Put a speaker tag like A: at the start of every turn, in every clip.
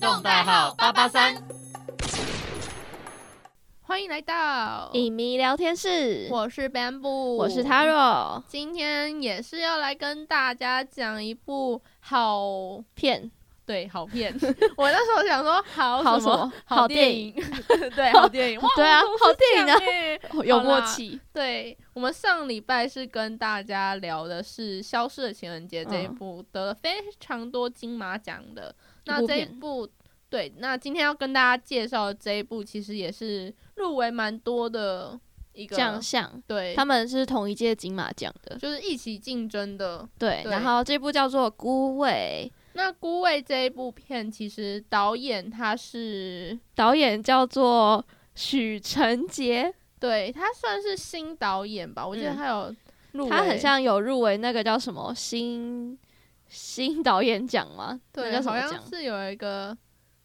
A: 动代号八八三。
B: 欢迎来到
C: 影迷聊天室，
B: 我是 Bamboo，
C: 我是 Taro
B: 今天也是要来跟大家讲一部好
C: 片，
B: 对好 片。我那时候想说好
C: 好
B: 什
C: 什么
B: 好
C: 好
B: 电
C: 电
B: 影
C: 影，
B: 对好电影，哇
C: 对啊
B: 我们
C: 好电影啊
B: 同时讲耶
C: 哦 有
B: 欸好
C: 默
B: 啦
C: 契。
B: 对我们上礼拜是跟大家聊的是《消失的情人节》这一
C: 嗯
B: 部得了非常多金马奖的，
C: 一
B: 那
C: 部
B: 这一
C: 片
B: 部对，那今天要跟大家介绍的这一部其实也是入围蛮多的一个
C: 奖项，
B: 啊对，
C: 他们是同一届金马奖的，
B: 就是一起竞争的。
C: 对。
B: 对
C: 然后这部叫做《孤味
B: 那《孤味》这一部片，其实导演他是》，
C: 导演叫做许成杰，
B: 对他算是新导演吧，我记得
C: 嗯
B: 他有入围，
C: 他很像有入围那个叫什么新新导演奖吗？那
B: 对，
C: 叫什
B: 好
C: 么
B: 像
C: 奖？
B: 是有一个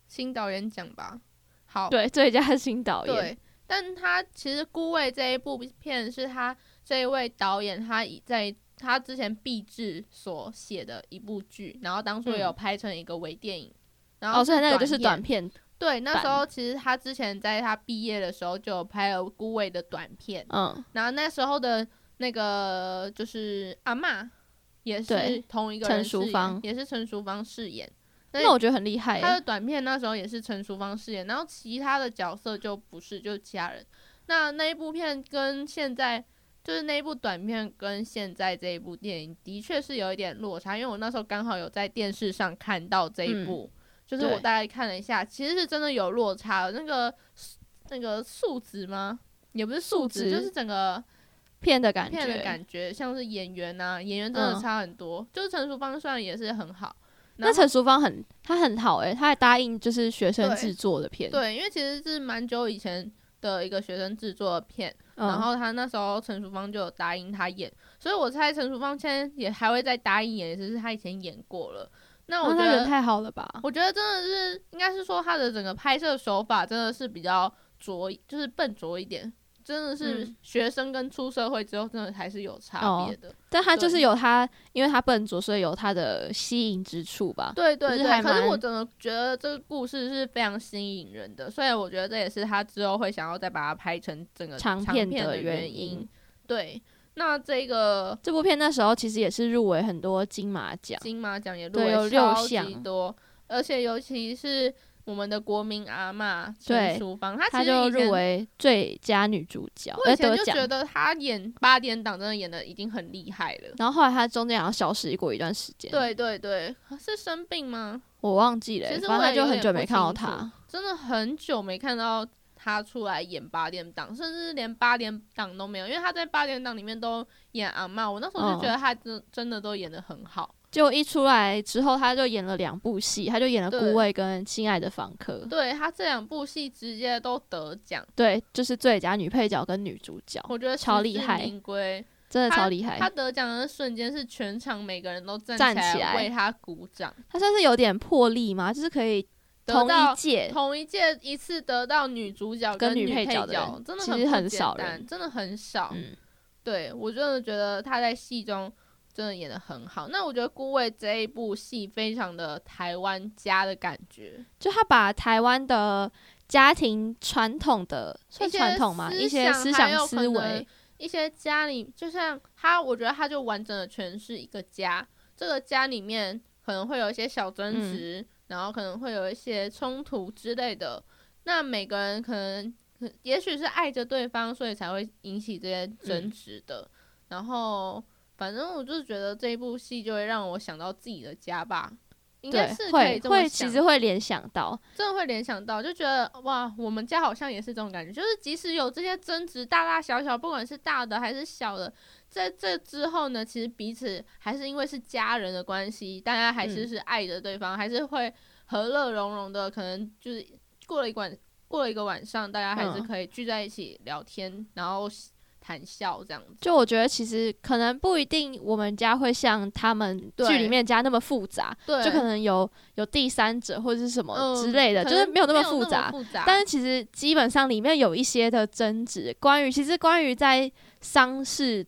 B: 新导演奖吧。好，
C: 对，最佳新导演。
B: 哦对，但他其实《孤味》这一部片是他这一位导演他以在他之前毕志所写的一部剧，然后当初也有
C: 嗯
B: 拍成一个微电影，然后
C: 哦，所以那个就是
B: 片
C: 短片，
B: 对，那时
C: 版
B: 候其实他之前在他毕业的时候就有拍了孤味的短片，
C: 嗯，
B: 然后那时候的那个就是阿嬷，也是
C: 对
B: 同一个
C: 陈
B: 人
C: 淑
B: 饰演
C: 芳
B: 也是陈淑芳饰演。那
C: 那我觉得很厉害欸
B: 他
C: 耶。
B: 的短片那时候也是陈淑芳饰演，然后其他的角色就不是，就是其他人。那那一部片跟现在就是那一部短片跟现在这一部电影的确是有一点落差，因为我那时候刚好有在电视上看到这一部，就是我
C: 嗯对
B: 大概看了一下，其实是真的有落差，那个那个素质吗？也不是素质，
C: 质
B: 就是整个
C: 片的感
B: 片的
C: 觉，
B: 感觉，像是演员呐、演员真的
C: 嗯
B: 差很多。就是陈淑芳虽然也是很好，然
C: 那
B: 后
C: 陈淑芳很，她很好诶，她还答应就是学生
B: 对
C: 制作的片，
B: 对，因为其实是蛮久以前的一个学生制作的片，
C: 嗯，
B: 然后他那时候陈淑芳就有答应他演，所以我猜陈淑芳现在也还会再答应演，只是他以前演过了。那我
C: 哦
B: 觉
C: 那人
B: 得，
C: 太好了吧？
B: 我觉得真的是应该是说他的整个拍摄手法真的是比较拙，就是笨拙一点。真的是
C: 嗯
B: 学生跟出社会之后，真的还是有差
C: 哦
B: 别的。
C: 但他就
B: 对
C: 是有他，因为他笨拙，所以有他的吸引之处吧。
B: 对对
C: 就是
B: 对，
C: 还
B: 可是我
C: 蛮
B: 真的觉得这个故事是非常吸引人的，所以我觉得这也是他之后会想要再把它拍成整个
C: 长
B: 片
C: 片的原
B: 原
C: 因
B: 对，那这个
C: 这部片那时候其实也是入围很多金马奖，
B: 金马奖也入
C: 对有
B: 围
C: 六
B: 超级
C: 项
B: 多，而且尤其是我们的国民阿嬷陈
C: 对
B: 淑芳，她
C: 她
B: 其实
C: 就
B: 以前
C: 入。围最佳女主角，
B: 我以
C: 而
B: 前
C: 得
B: 就
C: 奖
B: 觉。得她演八点档真的演的已经很厉害了。
C: 然后后来她中间好像消失过一段时间，
B: 对对对，是生病吗？
C: 我忘记了、欸
B: 其实
C: 反正
B: 我
C: 她
B: 也
C: 就
B: 有
C: 很
B: 点
C: 久
B: 不
C: 没看到
B: 清楚
C: 她。
B: 真的很久没看到他出来演八点档，甚至连八点档都没有，因为他在八点档里面都演阿嬷，我那时候就觉
C: 嗯
B: 得他真真的都演得很好。
C: 结果一出来之后，她就演了两部戏，她就演了
B: 对
C: 《孤味》跟《亲爱的房客》
B: 对他这两部戏直接都得奖，
C: 对，就是最佳女配角跟女主角，
B: 我觉得
C: 超
B: 实
C: 厉
B: 至
C: 害
B: 名归。
C: 真的
B: 她
C: 超厉害。
B: 他得奖的瞬间是全场每个人都站
C: 站
B: 起
C: 起
B: 来
C: 来
B: 为他鼓掌，
C: 她算是有点魄力嘛，就是可以
B: 得
C: 同
B: 到
C: 一届
B: 同一届一次得到女主角
C: 跟
B: 女
C: 女配
B: 角
C: 角的人
B: 真的
C: 其
B: 很
C: 实
B: 不
C: 很
B: 简
C: 少
B: 单
C: 人
B: 真的很少。
C: 嗯
B: 对我真的觉得他在戏中真的演的很好。那我觉得《孤味》这一部戏非常的台湾家的感觉，
C: 就他把台湾的家庭传统的算
B: 一些
C: 传统嘛，
B: 思
C: 一些
B: 想
C: 思
B: 还
C: 想
B: 有可
C: 思
B: 能
C: 维，
B: 一些家里就像他，我觉得他就完整的诠释一个家。这个家里面可能会有一些小争
C: 嗯
B: 执，然后可能会有一些冲突之类的。那每个人可能，可也许是爱着对方，所以才会引起这些争
C: 嗯
B: 执的。然后，反正我就是觉得这一部戏就会让我想到自己的家吧，应该
C: 对
B: 是，可以
C: 会
B: 这么
C: 会其
B: 想，
C: 实会联想到，
B: 真的会联想到，就觉得哇，我们家好像也是这种感觉，就是即使有这些争执，大大小小，不管是大的还是小的，在这之后呢，其实彼此还是因为是家人的关系，大家还是
C: 嗯
B: 是爱着对方，还是会和乐融融的，可能就是过了一晚，过了一个晚上，大家还是
C: 嗯
B: 可以聚在一起聊天，然后谈笑这样子。
C: 就我觉得其实可能不一定我们家会像他们
B: 对
C: 剧里面家那么复杂，
B: 对，
C: 就可能有有第三者或者是什么
B: 嗯
C: 之类的，
B: 可
C: 就是
B: 能
C: 没有那么
B: 复
C: 复杂。
B: 杂
C: 但是其实基本上里面有一些的争执，关于其实关于在丧事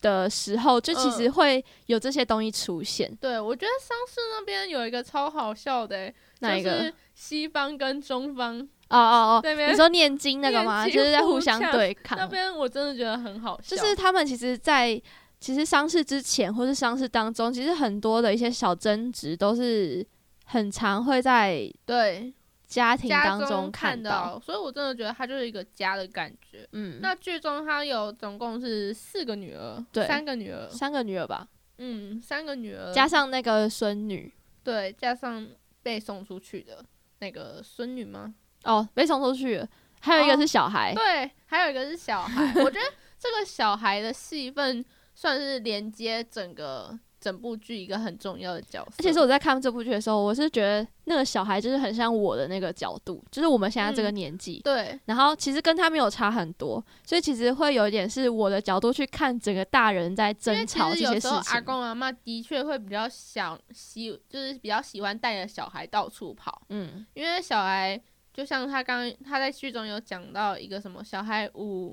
C: 的时候，就其实
B: 嗯
C: 会有这些东西出现。
B: 对，我觉得丧尸那边有一个超好笑的、欸，
C: 哪一
B: 就
C: 个
B: 是？西方跟中方
C: 哦哦哦，
B: 那边
C: 你说念经那个吗？
B: 念
C: 就
B: 经
C: 是在互相
B: 互呛
C: 对
B: 那
C: 抗，
B: 边，我真的觉得很好笑。
C: 就是他们其实在，其实丧事之前或是丧事当中，其实很多的一些小争执都是很常会在
B: 对
C: 家庭
B: 家
C: 当
B: 中
C: 看
B: 看到，所以我真的觉得它就是一个家的感觉。
C: 嗯，
B: 那剧中他有总共是四个女儿，
C: 对
B: 三个女儿，
C: 三个女儿吧，
B: 嗯，三个女儿
C: 加上那个孙女，
B: 对加上被送出去的那个孙女吗？
C: 哦，被送出去了，还有一个
B: 哦
C: 是小孩，
B: 对，还有一个是小 孩，我觉得这个小孩的戏份算是连接整个整部剧一个很重要的角色。
C: 而且是我在看这部剧的时候，我是觉得那个小孩就是很像我的那个角度，就是我们现在这个
B: 嗯
C: 年纪，
B: 对
C: 然后其实跟他没有差很多，所以其实会有一点是我的角度去看整个大人在
B: 因为
C: 争
B: 其
C: 吵
B: 实
C: 这
B: 有
C: 些
B: 时
C: 事
B: 候阿
C: 情。
B: 公阿妈的确会比较想喜，就是比较喜欢带着小孩到处跑，
C: 嗯，
B: 因为小孩就像他刚他在剧中有讲到一个什么小孩无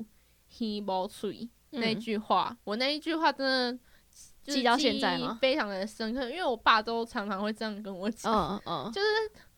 B: he b o 那
C: 嗯
B: 句话，我那一句话真的就是
C: 记到现在
B: 记忆
C: 吗
B: 非常的深刻，因为我爸都常常会这样跟我讲。
C: 嗯嗯，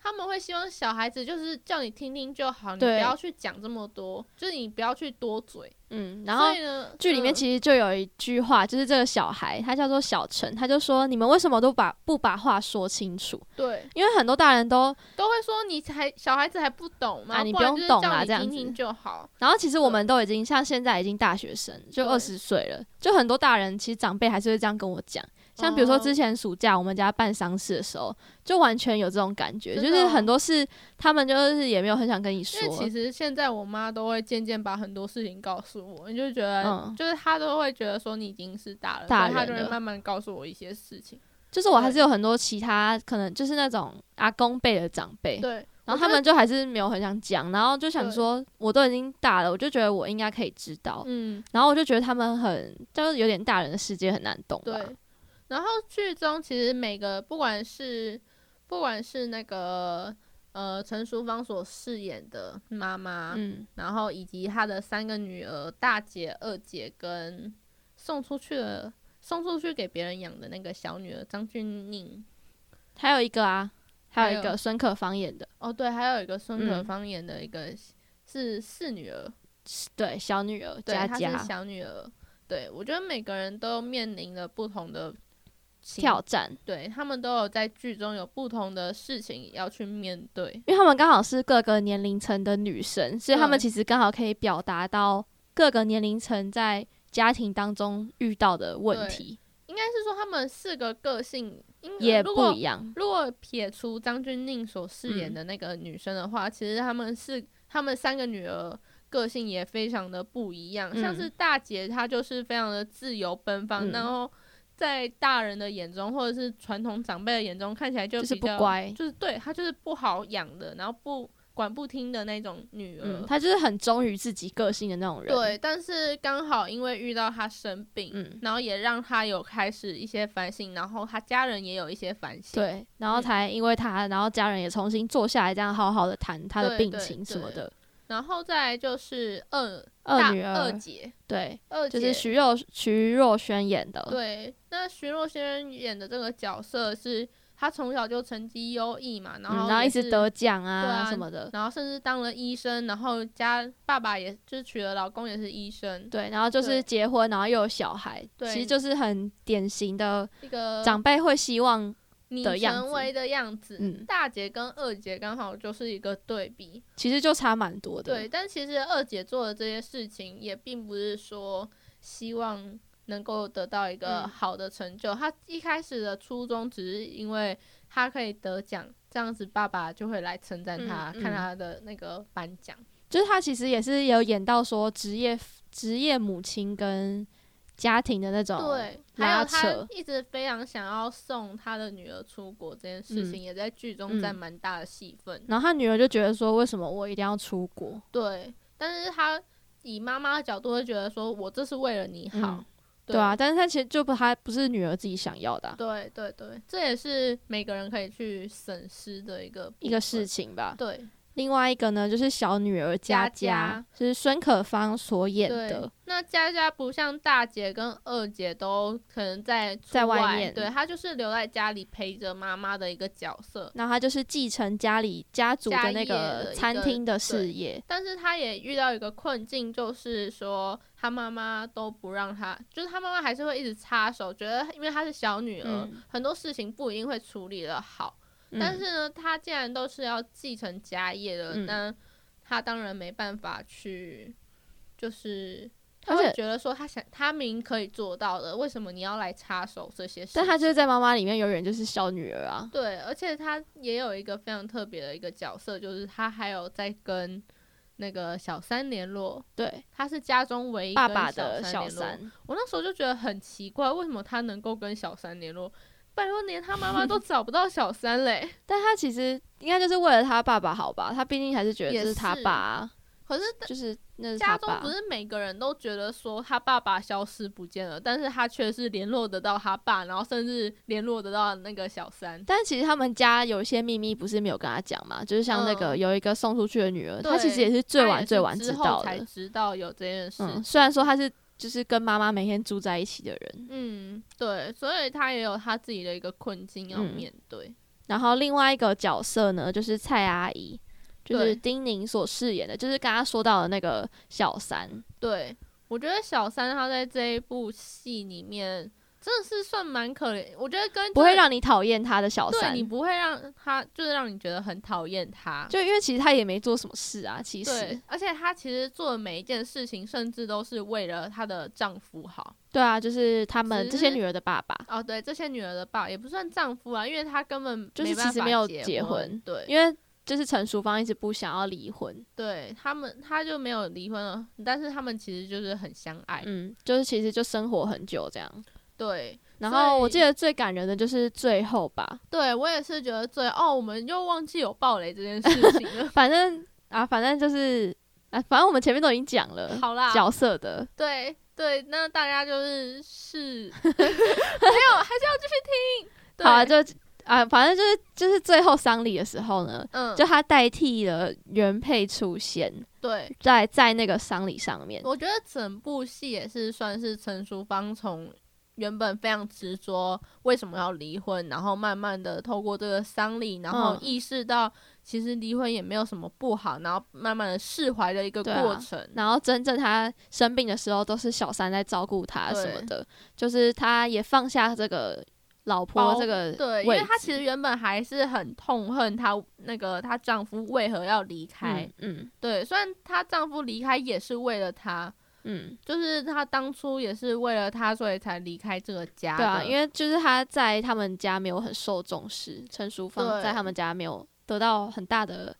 B: 他们会希望小孩子就是叫你听听就好，你不
C: 对
B: 要去讲这么多，就是你不要去多嘴。
C: 嗯，然后
B: 所以呢，
C: 剧里面
B: 嗯
C: 其实就有一句话，就是这个小孩他叫做小陈，他就说你们为什么都把不把话说清楚？
B: 对
C: 因为很多大人都，
B: 都会说你才小孩子还不懂嘛，
C: 啊你
B: 不然
C: 不用
B: 就是
C: 懂
B: 叫
C: 啦
B: 你
C: 这样
B: 听听
C: 子
B: 就好。
C: 然后其实我们都已经像现在已经大学生，就
B: 对
C: 二十岁了，就很多大人其实长辈还是会这样跟我
B: 哦
C: 讲。像比如说之前暑假我们家办丧事的时候，就完全有这种感觉，
B: 真
C: 就
B: 的
C: 是
B: 哦
C: 很多事他们就是也没有很想跟你
B: 因为
C: 说
B: 其。实现在我妈都会渐渐把很多事情告诉我，你就觉得、
C: 嗯
B: 就是她都会觉得说你已经是大人，
C: 大
B: 所以她
C: 人
B: 就会
C: 了
B: 慢慢告诉我一些事情。
C: 就是我还是
B: 对
C: 有很多其他可能就是那种阿公辈的长辈，
B: 对，
C: 哎
B: 我
C: 然后他
B: 觉得
C: 们就还是没有很想讲，然后就想
B: 对
C: 说我都已经大了，我就觉得我应该可以知道，
B: 嗯
C: 然后我就觉得他们很就是有点大人的世界很难懂吧，
B: 对，然后剧中其实每个不管是不管是那个呃陈淑芳所饰演的妈妈，
C: 嗯，
B: 然后以及她的三个女儿大姐、二姐跟送出去的送出去给别人养的那个小女儿张钧甯，
C: 还有一个啊，还有一
B: 还有
C: 个孙可芳演的，
B: 哦对，还有一个孙可
C: 嗯
B: 芳演的一个、是四女儿，
C: 对，小女儿
B: 对，
C: 佳
B: 她
C: 佳
B: 是小女儿。对，我觉得每个人都面临了不同的情
C: 挑战，
B: 对他们都有在剧中有不同的事情要去面对。
C: 因为他们刚好是各个年龄层的女生，所以他们
B: 对
C: 其实刚好可以表达到各个年龄层在家庭当中遇到的问
B: 对
C: 题
B: 应该是说他们四个个性应
C: 也
B: 如
C: 不
B: 果
C: 一样，
B: 如果撇除张钧甯所饰
C: 嗯
B: 演的那个女生的话，其实他们是他们三个女儿个性也非常的不一样。像
C: 嗯
B: 是大姐她就是非常的自由奔放，
C: 嗯
B: 然后在大人的眼中或者是传统长辈的眼中看起来就
C: 就是
B: 比
C: 不
B: 较
C: 乖
B: 就是对她就是不好养的，然后不管不听的那种女儿。
C: 嗯，她就是很忠于自己个性的那种人，
B: 对，但是刚好因为遇到他生病，
C: 嗯
B: 然后也让他有开始一些反省，然后他家人也有一些反省。
C: 对，然后
B: 嗯
C: 才因为他，然后家人也重新坐下来，这样好好的谈他的
B: 对
C: 病
B: 对
C: 情什么
B: 对
C: 的。
B: 然后再来就是二
C: 二
B: 大
C: 女儿
B: 二，姐，
C: 对，
B: 二
C: 就
B: 姐
C: 是徐若徐若瑄演的，
B: 对。那徐若瑄演的这个角色是，她从小就成绩优异嘛，然后、
C: 嗯，然后一直。得奖啊
B: 对啊
C: 什么的，
B: 然后甚至当了医生，然后家爸爸也就是娶了老公也是医生，
C: 对，然后就是
B: 对
C: 结婚，然后又有小孩，
B: 对呃
C: 其实就是很典型的
B: 一个
C: 长辈会希望，
B: 你
C: 的样
B: 成
C: 子
B: 为的样子。
C: 嗯
B: 大姐跟二姐刚好就是一个对比，
C: 其实就差蛮多的，
B: 对，但其实二姐做的这些事情也并不是说希望能够得到一个
C: 嗯
B: 好的成就。她一开始的初衷只是因为她可以得奖，这样子爸爸就会来称赞她，
C: 嗯
B: 看
C: 嗯
B: 她的那个颁奖。
C: 就是他其实也是有演到说职业职业母亲跟家庭的那种，
B: 对，还
C: 拉
B: 有她
C: 扯
B: 一直非常想要送她的女儿出国这件事情，也在剧中占
C: 嗯
B: 蛮大的戏份。
C: 然后他女儿就觉得说，为什么我一定要出国？
B: 对，但是她以妈妈的角度会觉得说，我这是为了你好。
C: 嗯对啊，但是他其实就不，他不是女儿自己想要的啊、
B: 对对对，这也是每个人可以去审视的一个
C: 一个
B: 部分
C: 事。情吧。
B: 对，
C: 另外一个呢，就是小女儿佳
B: 佳
C: 佳，是孙可芳所演
B: 对
C: 的。，
B: 那佳佳不像大姐跟二姐都可能在出
C: 在外
B: 外
C: 面
B: 对她就是留在家里陪着妈妈的一个角色。
C: 然后她就是继承家里家族的那个
B: 家业的一
C: 餐
B: 个
C: 厅的事业，
B: 但是她也遇到一个困境，就是说她妈妈都不让她，就是她妈妈还是会一直插手，觉得因为她是小女儿，
C: 嗯
B: 很多事情不一定会处理的好。
C: 嗯
B: 但是呢，她既然都是要继承家业的，
C: 嗯
B: 那她当然没办法去，就是她
C: 而
B: 会
C: 且，
B: 觉得说她想她明可以做到的，为什么你要来插手这些事情？
C: 但她就是在妈妈里面永远就是小女儿啊。
B: 对，而且她也有一个非常特别的一个角色，就是她还有在跟那个小三联络，
C: 对，
B: 她是家中唯一
C: 爸
B: 跟
C: 爸的
B: 小
C: 小
B: 三联络。
C: 三，
B: 我那时候就觉得很奇怪，为什么她能够跟小三联络？拜托，连她 妈妈都找不到小三嘞。
C: 但她其实应该就是为了她爸爸好吧？她毕竟还是觉得
B: 也
C: 这是她
B: 是
C: 爸、啊，
B: 可是
C: 就是那是
B: 家
C: 她
B: 中
C: 爸
B: 不。是每个人都觉得说他爸爸消失不见了，但是他却是联络得到他爸，然后甚至联络得到那个小三。
C: 但其实他们家有一些秘密不是没有跟她讲嘛，就是像那个
B: 嗯
C: 有一个送出去的女儿，
B: 对
C: 她其实也是最晚最晚
B: 他也
C: 知
B: 是之
C: 道
B: 后才
C: 的。
B: 知道有这件事。
C: 嗯，虽然说她是就是跟妈妈每天住在一起的人，
B: 嗯，对，所以他也有他自己的一个困境要
C: 嗯
B: 面对。
C: 然后另外一个角色呢，就是蔡阿姨，就是
B: 对
C: 丁宁所饰演的，就是刚刚说到的那个小三。
B: 对，我觉得小三他在这一部戏里面真的是算蛮可怜，我觉得跟
C: 不会
B: 真的
C: 让你讨厌她的小
B: 对
C: 三
B: 你，不会让他就是让你觉得很讨厌他，
C: 就因为其实她也没做什么事啊，其实
B: 对，而且她其实做的每一件事情，甚至都是为了她的丈夫好。
C: 对啊，就是他们
B: 只
C: 这
B: 是
C: 些女儿的爸爸，
B: 哦，对，这些女儿的爸也不算丈夫啊，因为她根本
C: 就是
B: 没办
C: 其实
B: 法
C: 没有
B: 结
C: 结婚
B: 对
C: 因为就是陈淑芳一直不想要离婚，
B: 对，他们她就没有离婚了，但是他们其实就是很相爱。
C: 嗯，就是其实就生活很久这样。
B: 对，
C: 然
B: 所
C: 后
B: 以
C: 我记得最感人的就是最后吧，。
B: 对我也是觉得最哦，我们又忘记有暴雷这件事情了
C: 反正啊，反正就是啊，反正我们前面都已经讲了
B: 好啦，
C: 角色的，
B: 对对，那大家就是是， 还有还是要继续听。对
C: 好、啊，就啊，反正就是就是最后丧礼的时候呢，
B: 嗯，
C: 就他代替了原配出现
B: 对，
C: 在在那个丧礼上面。
B: 我觉得整部戏也是算是陈淑芳从原本非常执着为什么要离婚，然后慢慢的透过这个丧礼，然后
C: 嗯
B: 意识到其实离婚也没有什么不好，然后慢慢的释怀的一个
C: 对啊
B: 过程。
C: 然后真正他生病的时候，都是小三在照顾他
B: 对
C: 什么的，就是他也放下这个老婆
B: 包
C: 这个
B: 对，因
C: 位
B: 为
C: 置
B: 她其实原本还是很痛恨她那个她丈夫为何要离开，
C: 嗯嗯
B: 对，虽然她丈夫离开也是为了她，
C: 嗯，
B: 就是她当初也是为了她，所以才离开这个家的。
C: 对啊，因为就是他在他们家没有很受重视，陈淑芳
B: 对
C: 在他们家没有得到很大的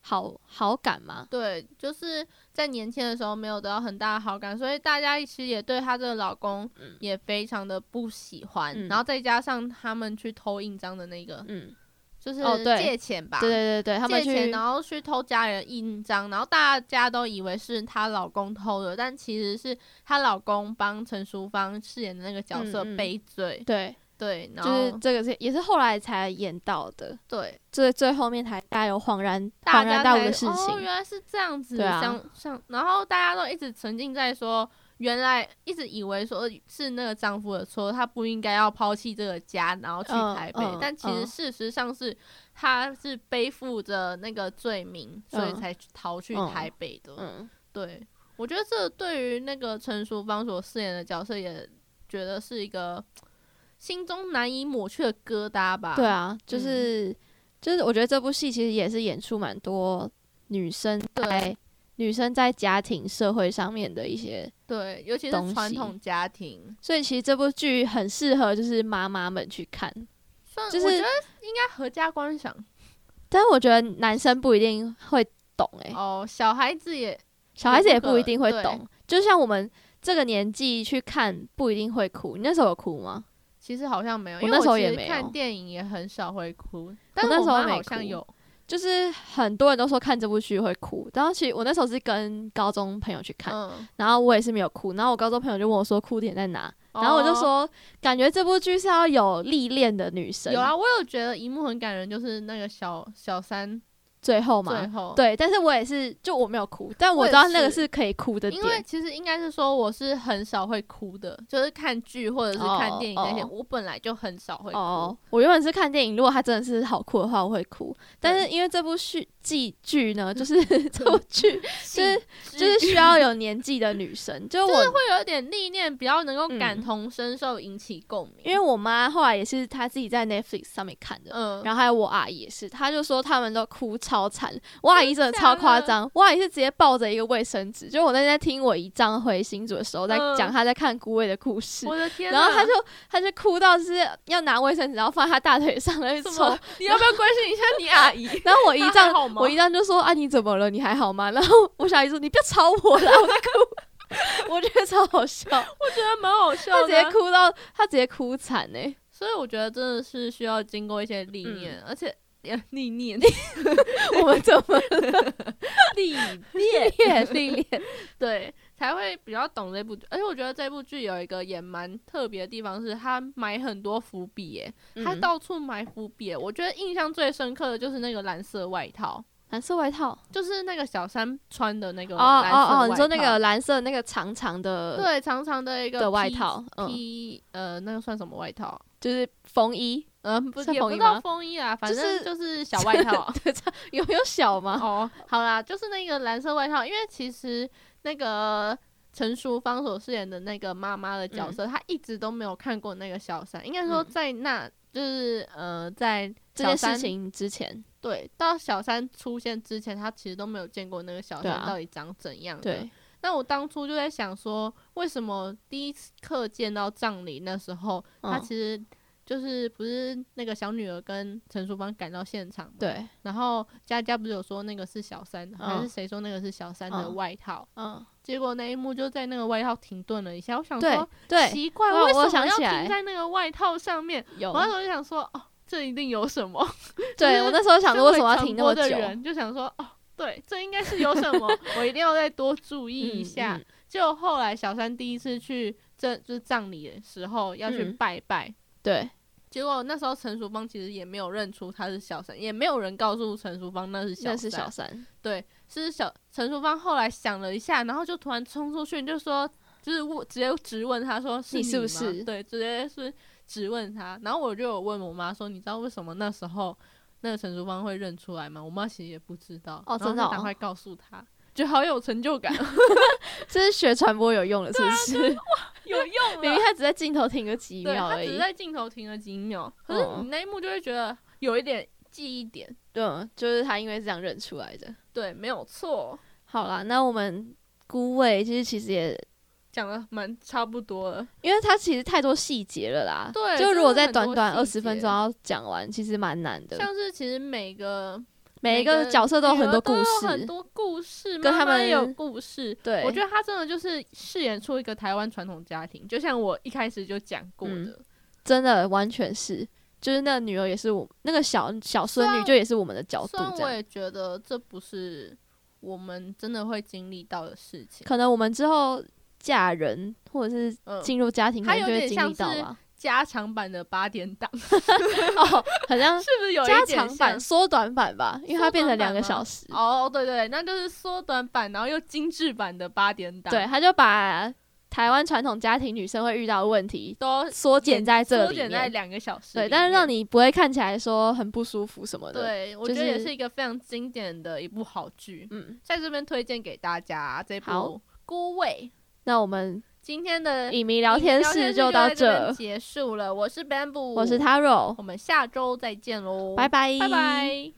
C: 好好感嘛。
B: 对，就是在年轻的时候没有得到很大的好感，所以大家其实也对她这个老公也非常的不喜欢。
C: 嗯
B: 然后再加上他们去偷印章的那个，
C: 嗯，
B: 就是
C: 哦对
B: 借钱吧，
C: 对对对对，他们
B: 借
C: 去
B: 钱然后去偷家人印章，然后大家都以为是她老公偷的，但其实是她老公帮陈淑芳饰演的那个角色
C: 嗯嗯
B: 背罪。
C: 对，
B: 对，然
C: 就
B: 后、
C: 是这个是也是后来才演到的，
B: 对，
C: 最最后面才大家有恍然
B: 大
C: 恍
B: 家
C: 然大悟
B: 才
C: 的事
B: 哦，
C: 情。
B: 原来是这样子，
C: 对啊
B: 像像，然后大家都一直沉浸在说，原来一直以为说是那个丈夫的错，他不应该要抛弃这个家，然后去
C: 嗯
B: 台北，
C: 嗯
B: 但其实
C: 嗯
B: 事实上是他是背负着那个罪名，所以
C: 嗯
B: 才逃去
C: 嗯
B: 台北的。
C: 嗯，
B: 对，我觉得这对于那个陈淑芳所饰演的角色，也觉得是一个心中难以抹去的疙瘩吧。
C: 对啊，
B: 嗯
C: 就是、就是我觉得这部戏其实也是演出蛮多女生在女生在家庭社会上面的一些，
B: 对，尤其
C: 东
B: 是传
C: 西
B: 统家庭。
C: 所以其实这部剧很适合就是妈妈们去看，
B: 算，
C: 就
B: 我
C: 是
B: 觉得应该合家观赏
C: 但我觉得男生不一定会懂诶、
B: 哦。小孩子也
C: 小孩子也
B: 也不可
C: 不一定会
B: 对
C: 懂，就像我们这个年纪去看不一定会哭，你那时候有哭吗？
B: 其实好像没有，
C: 我
B: 因为
C: 那时候
B: 其
C: 也
B: 实
C: 没有
B: 看电影也很少会哭，但
C: 那时候
B: 妈
C: 没
B: 好像
C: 哭
B: 有
C: 就是很多人都说看这部剧会哭，然后其实我那时候是跟高中朋友去看，
B: 嗯，
C: 然后我也是没有哭，然后我高中朋友就问我说哭点在哪，然后我就
B: 哦
C: 说感觉这部剧是要有历练的女生，
B: 啊有啊，我有觉得一幕很感人，就是那个小小三
C: 最后
B: 最
C: 嘛，
B: 后，
C: 对，但是我也是，就我没有哭，但
B: 我
C: 我
B: 也
C: 知道那个
B: 是
C: 是可以哭的
B: 因为
C: 点，
B: 其实应该是说我是很少会哭的，就是看剧或者是看
C: 哦
B: 电影那些，
C: 哦
B: 我本来就很少会哭。
C: 哦，我原本是看电影，如果它真的是好哭的话，我会哭，但是因为这部剧剧剧 呢，就是这部剧就是
B: 是
C: 就是需要有年纪的女生，就我
B: 会有一点历练，比较能够感
C: 嗯
B: 同身受，引起共鸣。
C: 因为我妈后来也是她自己在 Netflix 上面看的，
B: 嗯，
C: 然后还有我阿姨也是，她就说他们都哭超惨，我阿姨真的超夸
B: 真的假
C: 张，我阿姨是直接抱着一个卫生纸，就我那天在听我姨丈回新竹的时候，在
B: 嗯
C: 讲她在看姑位的故事，
B: 我的天哪，
C: 然后她就她就哭到就是要拿卫生纸，然后放在她大腿上来
B: 什
C: 抽
B: 么，？你要不要关心一下你阿姨？
C: 然后我姨
B: 她还
C: 丈
B: 好吗
C: 我姨丈就说啊你怎么了？你还好吗？然后我小姨说你不要吵我啦，我在哭， 我觉得超好笑，
B: 我觉得蛮好笑
C: 她
B: 的。
C: 直接哭到她直接哭惨哎、
B: 所以我觉得真的是需要经过一些历
C: 嗯
B: 练，而且呃历 练
C: 我们怎么
B: 历
C: 练练历 练？
B: 对才会比较懂这部剧。而且我觉得这部剧有一个也蛮特别的地方是，它埋很多伏笔耶，它
C: 嗯
B: 到处埋伏笔耶。我觉得印象最深刻的就是那个蓝色外套。
C: 蓝色外套。
B: 就是那个小三穿的那个
C: 哦
B: 蓝色
C: 哦哦，你
B: 外
C: 说那
B: 套
C: 个蓝色那个长长的，
B: 对长长的一个
C: 的外
B: 披
C: 套嗯
B: 披呃那个算什么外套？
C: 就是风衣，
B: 呃，不
C: 算
B: 也不
C: 风衣
B: 到
C: 吗
B: 风衣啊，反
C: 就
B: 正
C: 是
B: 就是小外 套。
C: 有没有小吗？
B: 哦， 好啦，就是那个蓝色外套，因为其实那个陈淑芳所饰演的那个妈妈的角色，她一直都没有看过那个小三，应该说
C: 嗯
B: 在那、就是呃在
C: 这
B: 小
C: 件
B: 三嗯
C: 事情之前，
B: 对到小三出现之前，她其实都没有见过那个小
C: 对
B: 三
C: 啊
B: 到底长怎样的。
C: 对，
B: 那我当初就在想说，为什么第一次课见到葬礼那时候，他
C: 嗯
B: 其实就是不是那个小女儿跟陈淑芳赶到现场嘛？
C: 对，
B: 然后佳佳不是有说那个是小三，还是
C: 嗯
B: 谁说那个是小三的
C: 嗯
B: 外套？
C: 嗯，
B: 结果那一幕就在那个外套停顿了一下，我想
C: 对
B: 说，
C: 对，
B: 奇怪，
C: 我
B: 为什
C: 我
B: 么
C: 想
B: 要
C: 起
B: 停
C: 来
B: 在那个外套上面？
C: 有
B: 我，那时候就想说，哦，这一定有什么。
C: 对我那时候想
B: 身
C: 说为
B: 为
C: 什么要
B: 传
C: 停那
B: 播
C: 么
B: 的
C: 久，
B: 人就想说，哦，对，这应该是有什 么，我一定要再多注意一
C: 嗯
B: 下。
C: 嗯
B: 就后来小三第一次去这就是葬礼的时候要去
C: 嗯
B: 拜拜，
C: 对，
B: 结果那时候陈淑芳其实也没有认出她是小三，也没有人告诉陈淑芳那是小
C: 那
B: 三，
C: 是小三，
B: 对，是小陈淑芳后来想了一下，然后就突然冲出去就说，就是我直接质问她说是
C: 你是不
B: 吗
C: 是
B: 对，直接是质问她。然后我就有问我妈说，你知道为什么那时候那个陈淑芳会认出来吗？我妈其实也不知道，
C: 哦
B: 然后
C: 真的
B: 就赶
C: 哦
B: 快告诉她。觉得好有成就感，哦
C: 这是学传播有用的，是不是？
B: 有用
C: 明明
B: 了。
C: 他只在镜头停个几
B: 啊对，
C: 秒
B: 她
C: 而
B: 只是
C: 已，
B: 在镜头停了几秒，可是你
C: 嗯
B: 那一幕就会觉得有一点记忆点。
C: 嗯，就是他因为这样认出来的。
B: 对，没有错，
C: 好啦，那我们姑位其实其实也
B: 讲的蛮差不多了。
C: 因为它其实太多细节了啦。
B: 对
C: 就
B: 真
C: 如果
B: 的
C: 在
B: 很
C: 短
B: 多
C: 短二
B: 细
C: 十分
B: 节
C: 钟要讲完，其实蛮难的。
B: 像是其实每个
C: 每一个角色都有很多故
B: 女儿都有很
C: 事，
B: 多故事，
C: 跟
B: 妈
C: 他
B: 妈
C: 们
B: 也有故事。
C: 对，
B: 我觉得他真的就是饰演出一个台湾传统家庭，就像我一开始就讲过的。
C: 嗯真的完全是，就是那个女儿也是我那个小小孙
B: 虽
C: 女，
B: 然
C: 就也是我们的角度
B: 虽然
C: 这
B: 我
C: 样。
B: 也觉得这不是我们真的会经历到的事情，
C: 可能我们之后嫁人或者是
B: 嗯，
C: 进入家庭，可
B: 它
C: 能就
B: 有
C: 会
B: 点
C: 经历
B: 像
C: 到
B: 是
C: 吧。
B: 加长版的八点 档是
C: 哦， 好像
B: 不是有一
C: 加
B: 点
C: 长版、
B: 像？
C: 缩短版吧，因为
B: 缩
C: 它变
B: 短
C: 成两
B: 版
C: 个
B: 吗
C: 小时。
B: 哦，对对，那就是缩短版，然后又精致版的八点档，
C: 对，，他就把台湾传统家庭女生会遇到的问题
B: 都
C: 缩减在这
B: 呃缩
C: 里
B: 减在
C: 面。
B: 两个小时里面，
C: 对，但是让你不会看起来说很不舒服什么的。，
B: 对，我
C: 就
B: 觉得也
C: 是
B: 是一个非常经典的一部好剧，
C: 嗯，
B: 在这边推荐给大家啊这部
C: 好
B: 《孤味》。
C: 那我们
B: 今天的
C: 影迷聊天室就
B: 就
C: 到
B: 在这
C: 这
B: 边，结束了。我是 Bamboo，
C: 我是 Taro，
B: 我们下周再见喽，
C: 拜拜，
B: 拜拜。